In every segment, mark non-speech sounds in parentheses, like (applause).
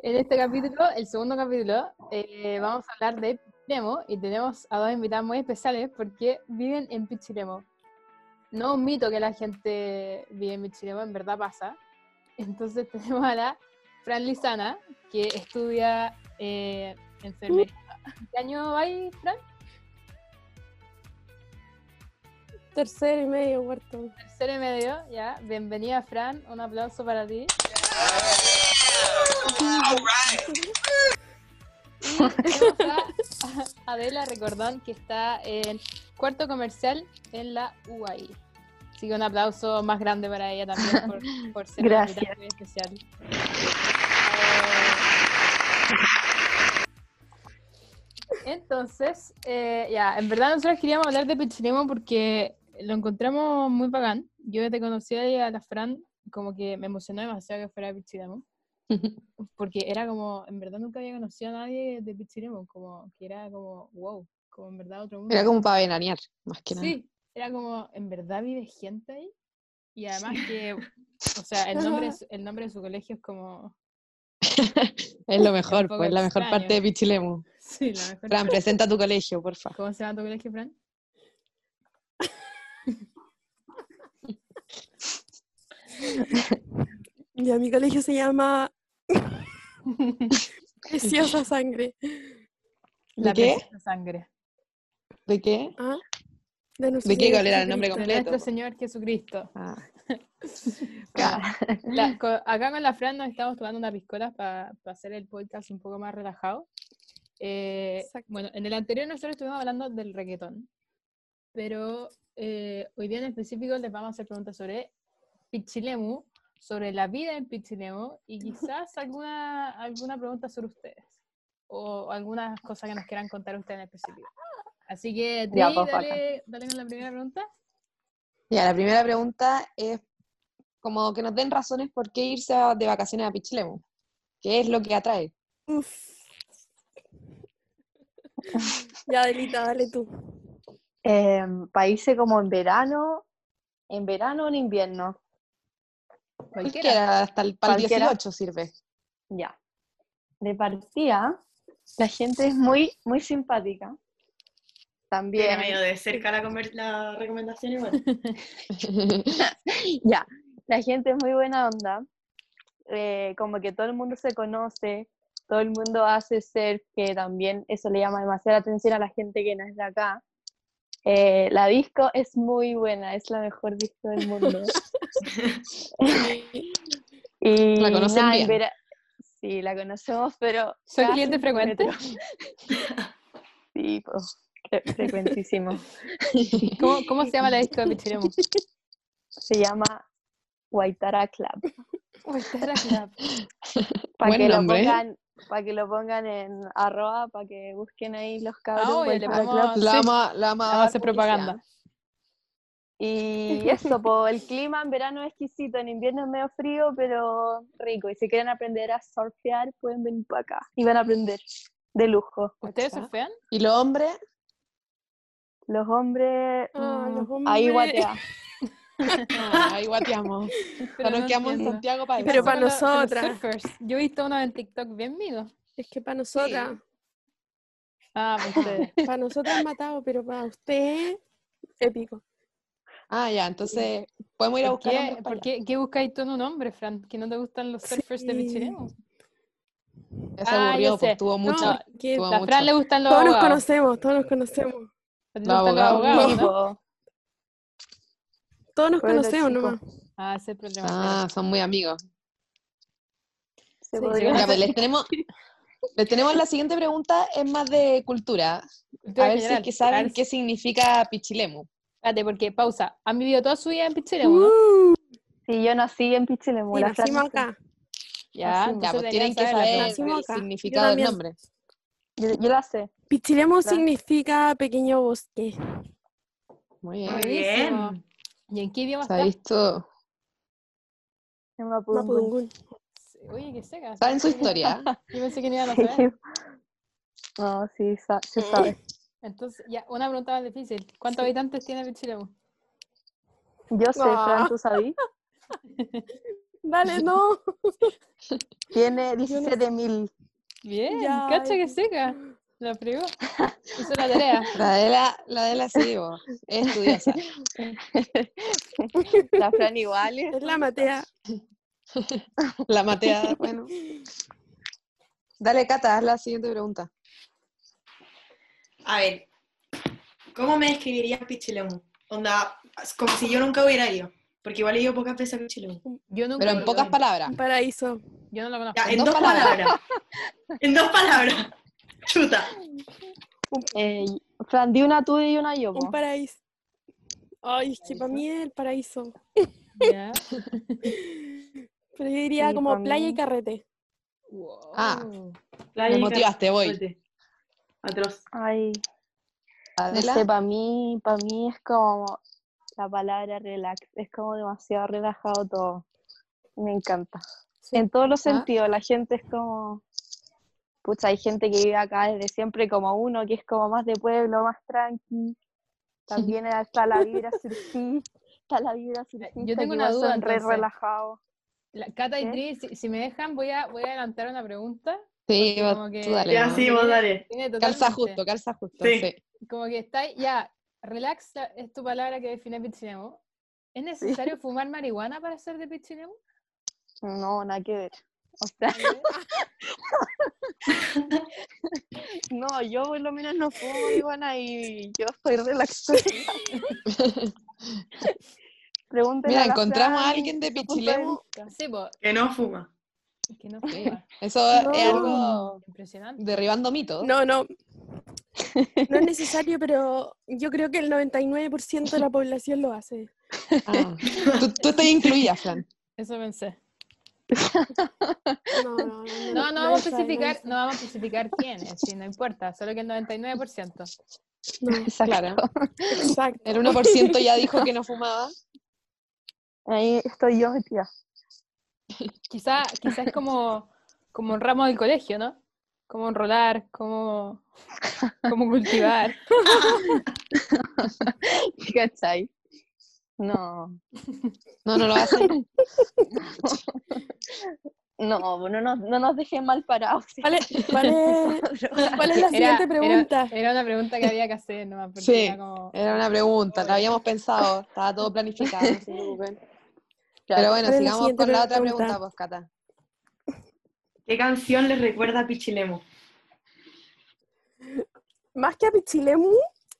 En este capítulo, el segundo capítulo, eh, vamos a hablar de Pichilemo y tenemos a dos invitados muy especiales porque viven en Pichilemo. No es un mito que la gente vive en Pichilemo, en verdad pasa. Entonces (laughs) tenemos a la Fran Lizana, que estudia eh, enfermería. ¿Qué año va ahí, Fran? Tercero y medio, cuarto. Tercero y medio, ya. Bienvenida, Fran. Un aplauso para ti. Tenemos a (laughs) Adela Recordón, que está en cuarto comercial en la UAI. Así que un aplauso más grande para ella también por, por ser una invitada Gracias. muy especial. Eh, Entonces, eh, ya, en verdad nosotros queríamos hablar de Pichilemo porque lo encontramos muy bacán. Yo te conocí a la Fran, como que me emocionó demasiado que fuera de (laughs) Pichilemo porque era como, en verdad nunca había conocido a nadie de Pichiremo, como que era como, wow, como en verdad otro mundo. Era como para veranear, más que nada. sí, era como, en verdad vive gente ahí. Y además (laughs) que, o sea, el nombre, de su- el nombre de su colegio es como, (laughs) Es lo un mejor, poco pues, es la mejor extraño. parte de Pichilemu. sí, la mejor. Fran, presenta tu colegio, porfa. ¿Cómo se llama tu colegio, Fran? Ya, mi colegio se (laughs) llama Preciosa Sangre. ¿De qué? preciosa sangre. ¿De qué? ¿Ah? De, nuestro ¿De qué Señor cuál era el nombre Jesucristo. De completo? nuestro Señor Jesucristo. (laughs) Ah, La- co- acá con la Fran nos estamos tomando unas piscolas para hacer el podcast un poco más relajado. Eh, Exacto. bueno, en el anterior nosotros estuvimos hablando del reggaetón, pero eh, hoy día en específico les vamos a hacer preguntas sobre Pichilemu, sobre la vida en Pichilemu y quizás alguna, alguna pregunta sobre ustedes o algunas cosas que nos quieran contar ustedes en específico. Así que, Tri, Ya, pues, dale, dale con la primera pregunta. Ya, la primera pregunta es como que nos den razones por qué irse a- de vacaciones a Pichilemu. ¿Qué es lo que atrae? Uf. Ya, Delita, dale tú. países em, como en verano, en verano o en invierno, Cualquiera. Cualquiera, hasta el, para el Cualquiera. 18 sirve. ya. De partida, la gente es muy, muy simpática. Tiene También, medio de cerca la, comer- la recomendación igual. (laughs) (laughs) ya. La gente es muy buena onda. eh, como que todo el mundo se conoce, todo el mundo hace surf, que también eso le llama demasiada atención a la gente que no es de acá. Eh, la disco es muy buena, es la mejor disco del (laughs) mundo. Y La conocen nada, en bien. vera- Sí, la conocemos, pero. ¿Soy cada cliente frecuente? centímetro. (laughs) sí, pues, fre- frecuentísimo. ¿Cómo, cómo se llama la disco de Pichilemu? Se llama Waitara Club. Para Buen que, lo nombre. pongan, pa' que lo pongan en arroba, para que busquen ahí los cabros. Ah, oye, le Waitara vamos a- Club. la sí. ama, la ama Vamos a hacer publicidad. propaganda. Y eso, po, el clima en verano es exquisito, en invierno es medio frío, pero rico. Y si quieren aprender a surfear, pueden venir para acá. Y van a aprender de lujo. ¿Ustedes ¿Cachá? surfean? ¿Y los hombres? (laughs) Los hombres. Ah, los mm, Ahí hombres. guatea. Ah, ahí guateamos. Pero nos quedamos en Santiago para Pero para nosotras. Yo he visto uno en TikTok bien mío. Es que para nosotras, Ah, (laughs) pues ustedes. para nosotras matado, pero para usted, épico. Ah, ya, entonces podemos ir a ¿Por buscar qué, hombres para por allá. qué, qué buscáis tú en un hombre, Fran? ¿Que no te gustan los surfers de Sí. Pichilemu? Ya Ah, Se ya aburrió, sé. pues tuvo mucho. No, que tuvo A mucho. Fran le gustan los todos nos abogados. conocemos, todos nos conocemos. A ti te Los gustan abogados, abogados, sí, (laughs) ¿no? po. Todos nos Bueno, conocemos chicos, nomás. Ah, ese es el problema. Ah, son muy amigos. Se Sí, podría yo Ya, hacer- pues les tenemos, les tenemos la siguiente pregunta, es más de cultura. Cultura A ver si es general. que A saben ver qué significa pichilemu. Espérate, porque pausa. ¿Han vivido toda su vida en Pichilemu? no? Uh, (laughs) Sí, yo nací en Pichilemu. y la nacimos Fran- acá. Ya, sí. Ya, entonces pues tienen que deberían saber saberlo. el Nacimos acá. Yo significado del también. nombre. Yo, yo la sé. Pichilemu Fran. significa pequeño bosque. Muy Muy bien. Buenísimo. bien. ¿Y en qué idioma está? ¿Sabéis todo? en Mapudungun. (laughs) Mapudungún. Oye, qué seca. ¿Saben su historia? Yo pensé que no (laughs) iban a saber. No, sí, sa- se sabe. Entonces, ya, una pregunta más difícil. ¿Cuántos habitantes tiene Pichilemu? Yo sé, (laughs) Ah. Fran, ¿tú sabí? Dale, no. Tiene Yo no- 17.000. Bien, Ya, cacha ay, que eh. qué- seca. La (laughs) fregó. Hizo la tarea. La de la, la de la sí, vos, es estudiosa. La Fran igual. Es la Matea. La mateada, bueno. Dale, Cata, haz la siguiente pregunta. A ver, ¿cómo me describirías Pichilemu? Onda, como si yo nunca hubiera ido. Porque igual he ido pocas veces a Pichilemu. Yo nunca Pero lo en pocas conozco. palabras. Un paraíso. Yo no lo conozco. Ya, en Dos dos, palabras. palabras. en dos palabras. Chuta. (laughs) Eh, Fran, di una tú y una yo. po. Un paraíso. Ay, es que para mí es el paraíso. (laughs) Ya. Pero yo diría Sí, pa' como playa mí. y carrete. Ah, Wow. Playa Me y motivaste, voy. carrete. Atroz. Ay, no Adela, sé, para mí, para mí es como la palabra relax, es como demasiado relajado todo. Me encanta. En todos los Ah. sentidos, la gente es como, pucha, hay gente que vive acá desde siempre como uno, que es como más de pueblo, más tranqui. (laughs) También está la vibra surfista, está la vibra surfista. tengo que una igual duda, son re entonces. relajado. La- Cata y ¿Qué? Tri, si, si me dejan, voy a, voy a adelantar una pregunta. sí, vos, como que- tú dale. Ya, nomás. sí, vos dale. Tiene Calza totalmente- justo, calza justo. Sí. sí. Como que está ahí- ya, relax la- es tu palabra que define Pichilemu. ¿Es (laughs) necesario fumar marihuana para ser de Pichilemu? No, nada que ver. O sea, (laughs) no, yo por lo menos no fumo marihuana y yo estoy relaxada. (laughs) Pregúntenle Mira, la encontramos a Fran alguien de su punto de Pichilemu. vista. Sí, po, Que no fuma. es que no Sí, fuma. Eso es algo Oh. Impresionante. derribando mitos. No, no. No (laughs) es necesario, pero yo creo que el 99% de la población lo hace. Ah, Tú, tú te incluías, Fran. Eso pensé. No, no, no. No, No, no vamos lo a hizo, lo especificar, hizo. no vamos a especificar quién es, sí, no importa, solo que el 99%. No, Claro. exacto. (laughs) El 1% ya dijo que no fumaba. Ahí estoy yo metida. (laughs) Quizá, quizá es como, como un ramo del colegio, ¿no? Como enrolar, como, (laughs) como cultivar. ¿Cachai? No, No, no lo hacen. no, no nos, no nos dejen mal parados. ¿Cuál es, cuál es- cuál es la siguiente pregunta? Era, era una pregunta que había que hacer, nomás, porque Sí. era como... Era una pregunta, la habíamos pensado. Estaba todo (laughs) planificado. no se preocupen. Pero ¿Cuál bueno, es la sigamos siguiente con la otra pregunta? pregunta, pues, Cata. ¿Qué canción les recuerda a Pichilemu? Más que a Pichilemu,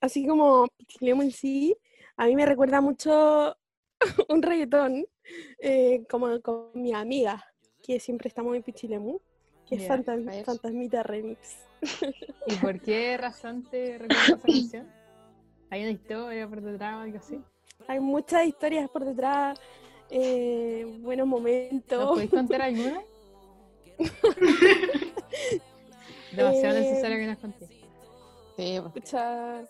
así como Pichilemu en sí, a mí me recuerda mucho (laughs) un reggaetón eh, como con mi amiga, que siempre estamos en Pichilemu, que es Ya, Fantam- a ver. Fantasmita Remix. ¿Y por qué razón te recuerda esa canción? ¿Hay una historia por detrás o algo así? Hay muchas historias por detrás, eh, buenos ¿Nos momentos. podéis contar (laughs) alguna? Demasiado Eh, necesario que nos contéis. Sí, pues. Pucha,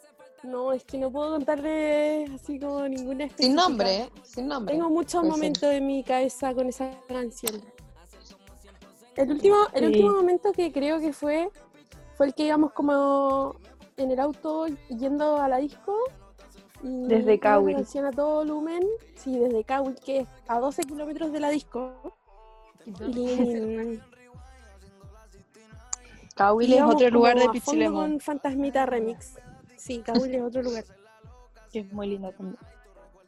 no, es que no puedo contarles así como ninguna Sin específica. nombre, ¿eh? sin nombre. Tengo muchos puede ser. momentos en mi cabeza con esa canción. El último, el último momento que creo que fue fue el que íbamos como en el auto yendo a la disco. y Desde iba la Cahuil. canción a todo volumen, sí, desde Cahuil, que es a 12 kilómetros de la disco. (laughs) Y, Cahuil y es íbamos otro lugar como de a fondo Pichilemu, con Fantasmita Remix. Sí, Cahuil es otro lugar. que es muy lindo también.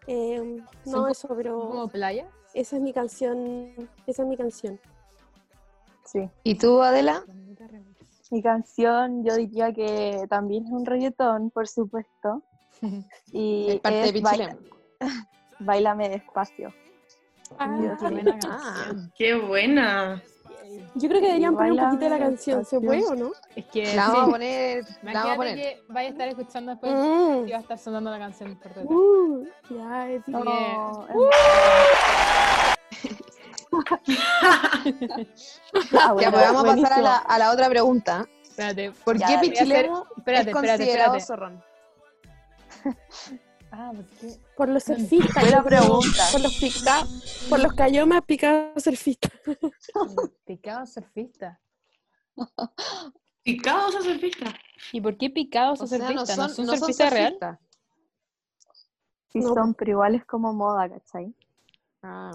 Eh, no, Son eso, pero ¿Como playa? esa es mi canción. Esa es mi canción. Sí. ¿Y tú, Adela? Mi canción, yo diría que también es un reggaetón, por (laughs) supuesto. Y Es parte de es Baila- Pichilemu. Bailame despacio. Ah, Qué buena Ah, canción. ¡Qué buena! Yo creo que deberían poner un Bailame poquito de la canción, ¿se puede o no? Es que la vamos a sí, poner. La vamos a imagínate poner. que vaya a estar escuchando después Mm. y va a estar sonando la canción por detrás. Uh, ya, es No. No, es- Ah, (laughs) Ya, bueno, pues vamos a pasar a buenísimo. la, a la otra pregunta. Espérate, ¿Por Ya, qué voy a hacer- Pichilemu espérate, es espérate, considerado espérate. zorrón? Ah, ¿por (laughs) qué? por los surfistas. Buena yo creo. pregunta. Por los picados, por los cayomas picados surfistas. Picado surfista. ¿Picados a surfista? ¿Y por qué picados O o sea, no surfistas? ¿No son, son no son surfistas real? surfistas. Sí, No. son, pero igual es como moda, ¿cachai? Ah.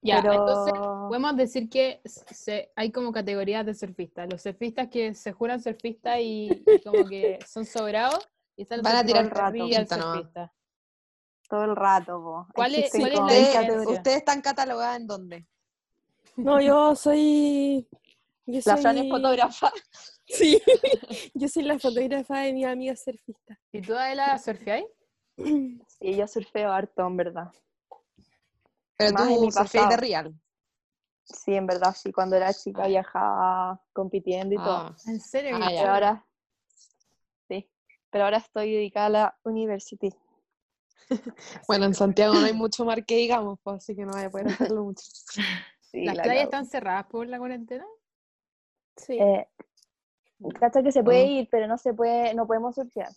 Ya, pero... entonces podemos decir que se- hay como categorías de surfistas. Los surfistas que se juran surfistas y, y como que son sobrados y están los Van a surfistas tirar que rato, ríen punto nomás. surfistas. todo el rato, po. ¿Cuál es- Existen cuál es la como diferencia? Ustedes, categoría. ustedes están catalogadas en dónde? No, yo soy. Yo La soy... Fran es fotógrafa. Sí, (laughs) yo soy la fotógrafa de mi amiga surfista. ¿Y tú, Adela, surfeáis? Sí, yo surfeo harto, en verdad. Pero Más en tú mi surfeas de pasado. real. Sí, en verdad, sí. Cuando era chica Ah. viajaba compitiendo y todo. Ah, ¿En serio? Ah, ¿Y ya. Pero ahora, sí. Pero ahora estoy dedicada a la university. Bueno, en Santiago no hay mucho mar que digamos, pues, así que no voy a poder hacerlo mucho. Sí, ¿Las la playas cago. están cerradas por la cuarentena? Sí. Eh, cacha que se puede Ah. ir, pero no se puede, no podemos surfear.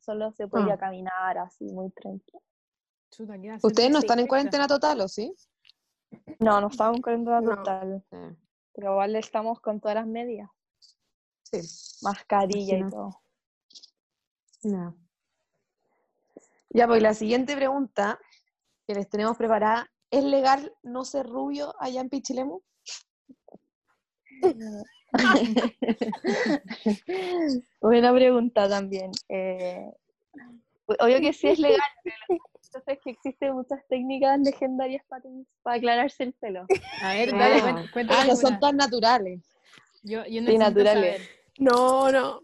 Solo se puede ir a Ah. caminar así, muy tranquilo. Chuta, ¿qué hacen (laughs) Ustedes no los están en surfistas? cuarentena total, ¿o sí? No, no estamos con el No. total, Eh, pero igual estamos con todas las medias, Sí. mascarilla y Imagino. todo. No. Ya, pues la siguiente pregunta que les tenemos preparada, ¿es legal no ser rubio allá en Pichilemu? Buena pregunta también. eh, o- obvio que sí (laughs) es legal, pero entonces que existen muchas técnicas legendarias para, para aclararse el pelo. A ver, Ah. dale, cuen- cuéntame. Ah, no son alguna. tan naturales. Yo, yo Sí, necesito naturales. saber. No, no.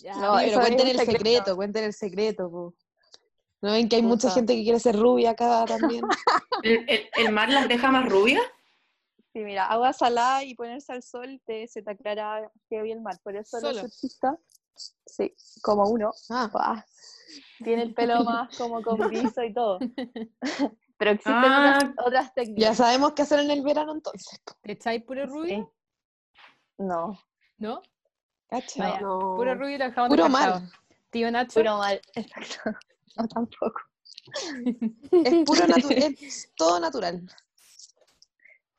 Ya, No, dime. Pero eso es cuenten un el secreto. secreto, cuenten el secreto. po. ¿No ven que hay mucha Puta. gente que quiere ser rubia acá también? (laughs) ¿El, el, el mar las deja más rubias? Sí, mira, agua salada y ponerse al sol te, se te aclara que bien el mar. Por eso Solo. los surfistas, sí, como uno, Ah, ¡buah! tiene el pelo más como con viso y todo. Pero existen Ah. otras, otras ya técnicas. sabemos qué hacer en el verano entonces. po. ¿Te echáis puro rubio? Sí. No, ¿No? Cacha. Vaya. Oh. No. Puro rubio y lo dejamos Puro descartado. mar. Tío Nacho. puro mal, (laughs) exacto. No, tampoco. Es (laughs) puro natural, es todo natural.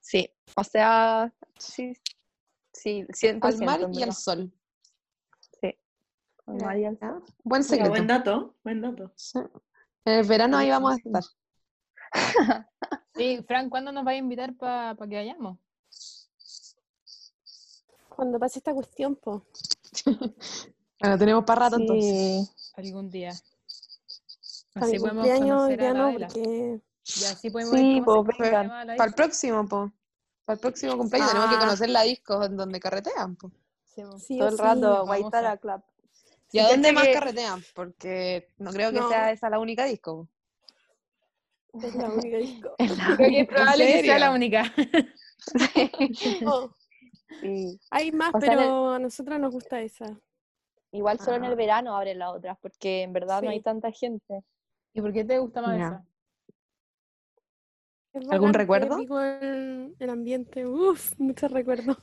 Sí, o sea, sí, sí, 100%. Al mar en y eh, al verdad. sol. Al mar y al ¿ya? sol. Buen Mira, secreto. buen dato, buen dato. Sí. En el verano ahí vamos a estar. Sí, Fran, ¿cuándo nos vais a invitar para que vayamos? Cuando pase esta cuestión, po. Bueno, tenemos para rato entonces. Sí. Algún día. Para Así mi podemos cumpleaños conocer a ya la no, Adela. porque. Y así podemos Sí, ver cómo pues, se vengan. llama la Para el Isla. próximo, po. Para el próximo cumpleaños tenemos que Ah. conocer la disco en donde carretean, po. Sí, pues. po. Sí, Todo o el sí. rato, Famosa. Guaitara Club. ¿Y Sí, a dónde caché más que- carretean? Porque no creo que No. sea esa la única disco. po. Es la única (laughs) disco. Creo que es probable que sea la serio? única. (laughs) No, Sí. Oh, hay más, O sea, en el- pero a nosotros nos gusta esa. Igual solo en Ah. el verano abren las otras, porque en verdad no hay Sí. tanta gente. ¿Y por qué te gusta más Ya. esa? Es ¿Algún bacán, recuerdo? es rico el, el ambiente. Uf, muchos (laughs) recuerdos.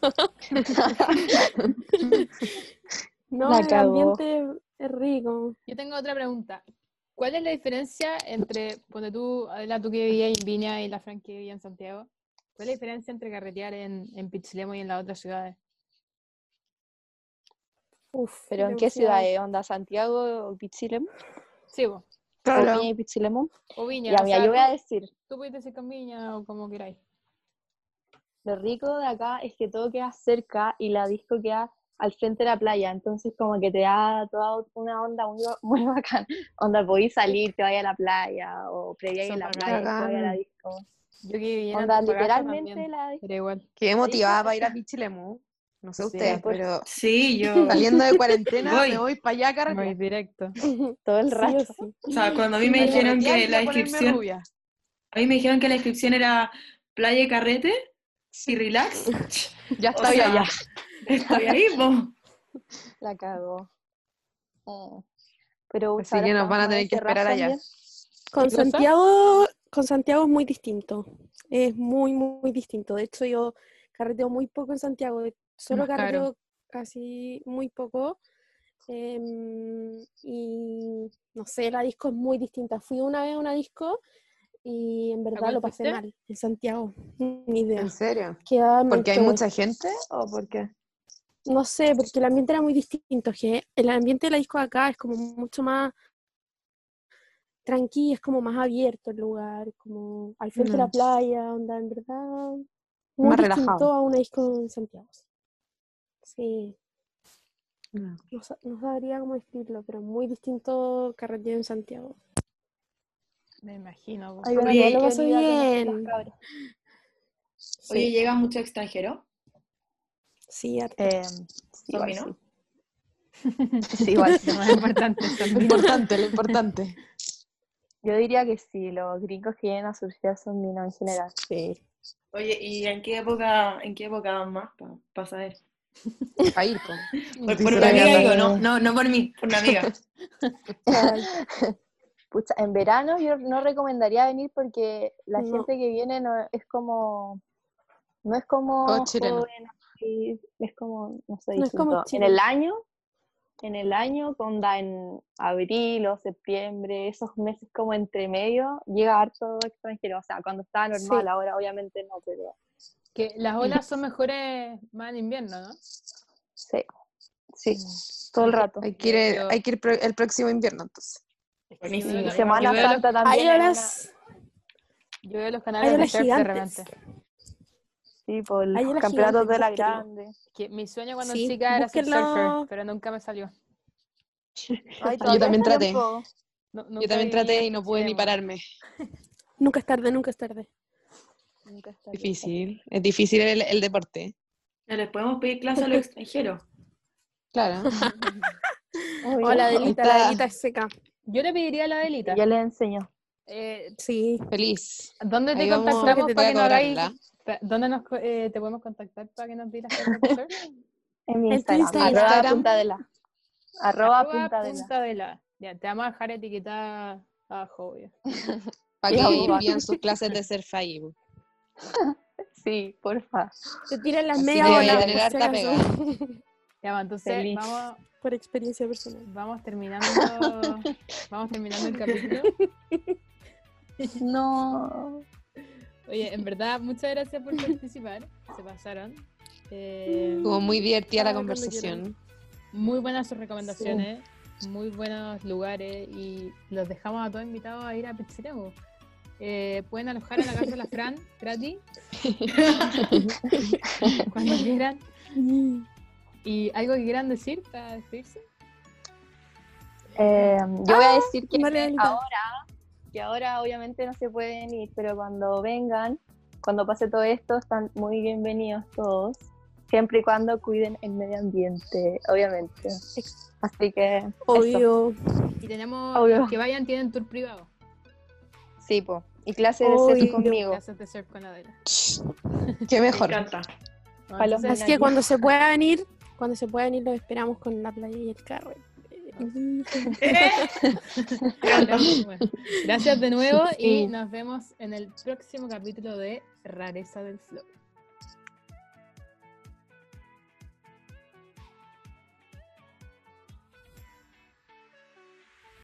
no, La el cagó. ambiente es rico. Yo tengo otra pregunta. ¿Cuál es la diferencia entre, ponte tú, Adela, tú que vivías en Viña y la Fran que vivía en Santiago? ¿Cuál es la diferencia entre carretear en, en Pichilemu y en las otras ciudades? Uf, ¿Pero en qué ciudad es? ¿Onda Santiago o Pichilemu? Sí, pues. vos. ¿O Viña y Pichilemu? O Viña. Ya, o mira, sea, yo voy tú- a decir, Tú puedes decir con viña o como queráis. lo rico de acá es que todo queda cerca y la disco queda al frente de la playa, entonces como que te da toda una onda muy, ba- (laughs) muy bacán. Onda, podéis salir, te vayas a la playa, o previa a Son la playa, y te vayas a la bacán. disco. Yo que vivía en Onda, Antofagasta literalmente también, la disco. Era igual. (laughs) Quedé motivada para ir a Pichilemu. No sé Sí, ustedes, por- pero Sí, (laughs) yo. saliendo de cuarentena Voy. me voy para allá a carretear. Muy directo. Pues Todo el Sí o rato. sí. O sea, cuando a mí A me dijeron carretear que y la a ponerme inscripción, rubia. a mí me dijeron que la inscripción era playa y carrete y relax, (laughs) Ya O estoy sea, allá. estoy ahí, po. La cagó. Mm. Pero Así Pues que nos van a tener que esperar allá. Con cosa? Santiago, con Santiago es muy distinto. Es muy, muy, muy distinto. De hecho, yo carreteo muy poco en Santiago. Solo Más caro. carreteo casi muy poco. Em, y no sé, la disco es muy distinta. Fui una vez a una disco y en verdad cuál lo pasé fuiste? mal en Santiago. Ni idea. ¿En serio? Quedaba Ah. ¿Porque hay manchado. mucha gente o por qué? No sé, porque el ambiente era muy distinto. que El ambiente de la disco de acá es como mucho más tranqui, es como más abierto el lugar, como al frente de la Mm. playa, onda, en verdad. Muy Más distinto relajado. a una disco en Santiago. Sí, No. no, sa- no sabría cómo describirlo, pero muy distinto carretero en Santiago. Me imagino. pues, po. Ay, Oye, bueno, todo lo qué paso bien. Sí, (laughs) Oye, ¿llega mucho extranjero? sí, harto. Eh, Zombie, igual ¿no? (laughs) sí, igual sí. Lo más importante Lo son importante, lo importante. Yo diría que sí, los gringos que vienen a surfear son vinos en general. sí. Oye, ¿y en qué época, en qué época van más para saber? Pa' ir, po. Por, Sí, por sí, una sí. amiga digo, no, no, no por mí, por una (laughs) amiga. Pucha, en verano yo no recomendaría venir porque la No. gente que viene no es como. No es como. Todo chileno. joven, así, es como. No sé, No es como distinto. En Chile. el año. En el año, onda en abril o septiembre, esos meses como entre medio, llega harto extranjero. O sea, cuando está normal, Sí. ahora obviamente no, pero Que las olas son mejores más en invierno, ¿no? sí, sí, todo el rato. Hay que ir, eh, Yo- hay que ir pro- el próximo invierno, entonces. Buenísimo. Yo veo- Semana yo veo los- Santa también. Hay hay una- horas, Yo veo los hay canales de horas surf de gigantes. repente. Sí, por Hay los olas campeonatos gigantes, de la búsquenlo. grande. Que mi sueño cuando Sí, chica era ser búsquenlo. surfer, pero nunca me salió. Ay, yo también está traté. tiempo. No- Yo nunca también vi traté y no pude ni Chilemo. pararme. Nunca es tarde, nunca es tarde. Nunca está tiempo. Difícil. Es difícil el, el deporte. No, ¿Les podemos pedir clase a los extranjeros? (laughs) Claro. Obvio. Hola, Ahí Delita, la está. Delita es seca. Yo le pediría a la Delita. Yo le enseño. eh, Sí, Feliz. ¿Dónde te Ahí vamos- contactamos te voy para a que nos hagáis? cobrarla. pa- ¿Dónde nos, co- eh, te podemos contactar para que nos digas cosas de surf? En mi En tu Instagram. Instagram. Arroba punta de la. Arroba Arroba punta de la. punta de la. Ya, te vamos a dejar etiquetada abajo, obvio. Para Ya, que boba. vean sus clases de surf ahí. bo. Sí, porfa. te tiran las Así media que ola, debe por, tener si harta acaso. Ya, va, entonces Feliz. vamos, por experiencia personal. vamos terminando (laughs) vamos terminando el capítulo. No. Oye, en verdad, muchas gracias por participar. Se pasaron. Eh, Mm. Estuvo muy divertida la Ah, cuando quieran. conversación. muy buenas sus recomendaciones, muy buenos lugares y los dejamos a todos invitados a ir a Pichilemu. Eh, pueden alojar en la casa de la (laughs) Fran gratis (laughs) cuando quieran. ¿Y algo que quieran decir para despedirse? Eh, yo voy a decir que Vale, Delita. ahora, que ahora obviamente no se pueden ir, pero cuando vengan, cuando pase todo esto, están muy bienvenidos todos. Siempre y cuando cuiden el medio ambiente, obviamente. Así que. eso. Obvio. Y tenemos Obvio. los que vayan tienen tour privado. Sí, po. Y clase de surf Obvio. conmigo. Clases de surf con Adela. Qué Me mejor. encanta. (laughs) Bueno, Pa' los entonces, Así que cuando se pueda venir, cuando se pueda venir, los esperamos con la playa y el carro. (laughs) bueno, gracias de nuevo (laughs) Sí. y nos vemos en el próximo capítulo de Rareza del Flor.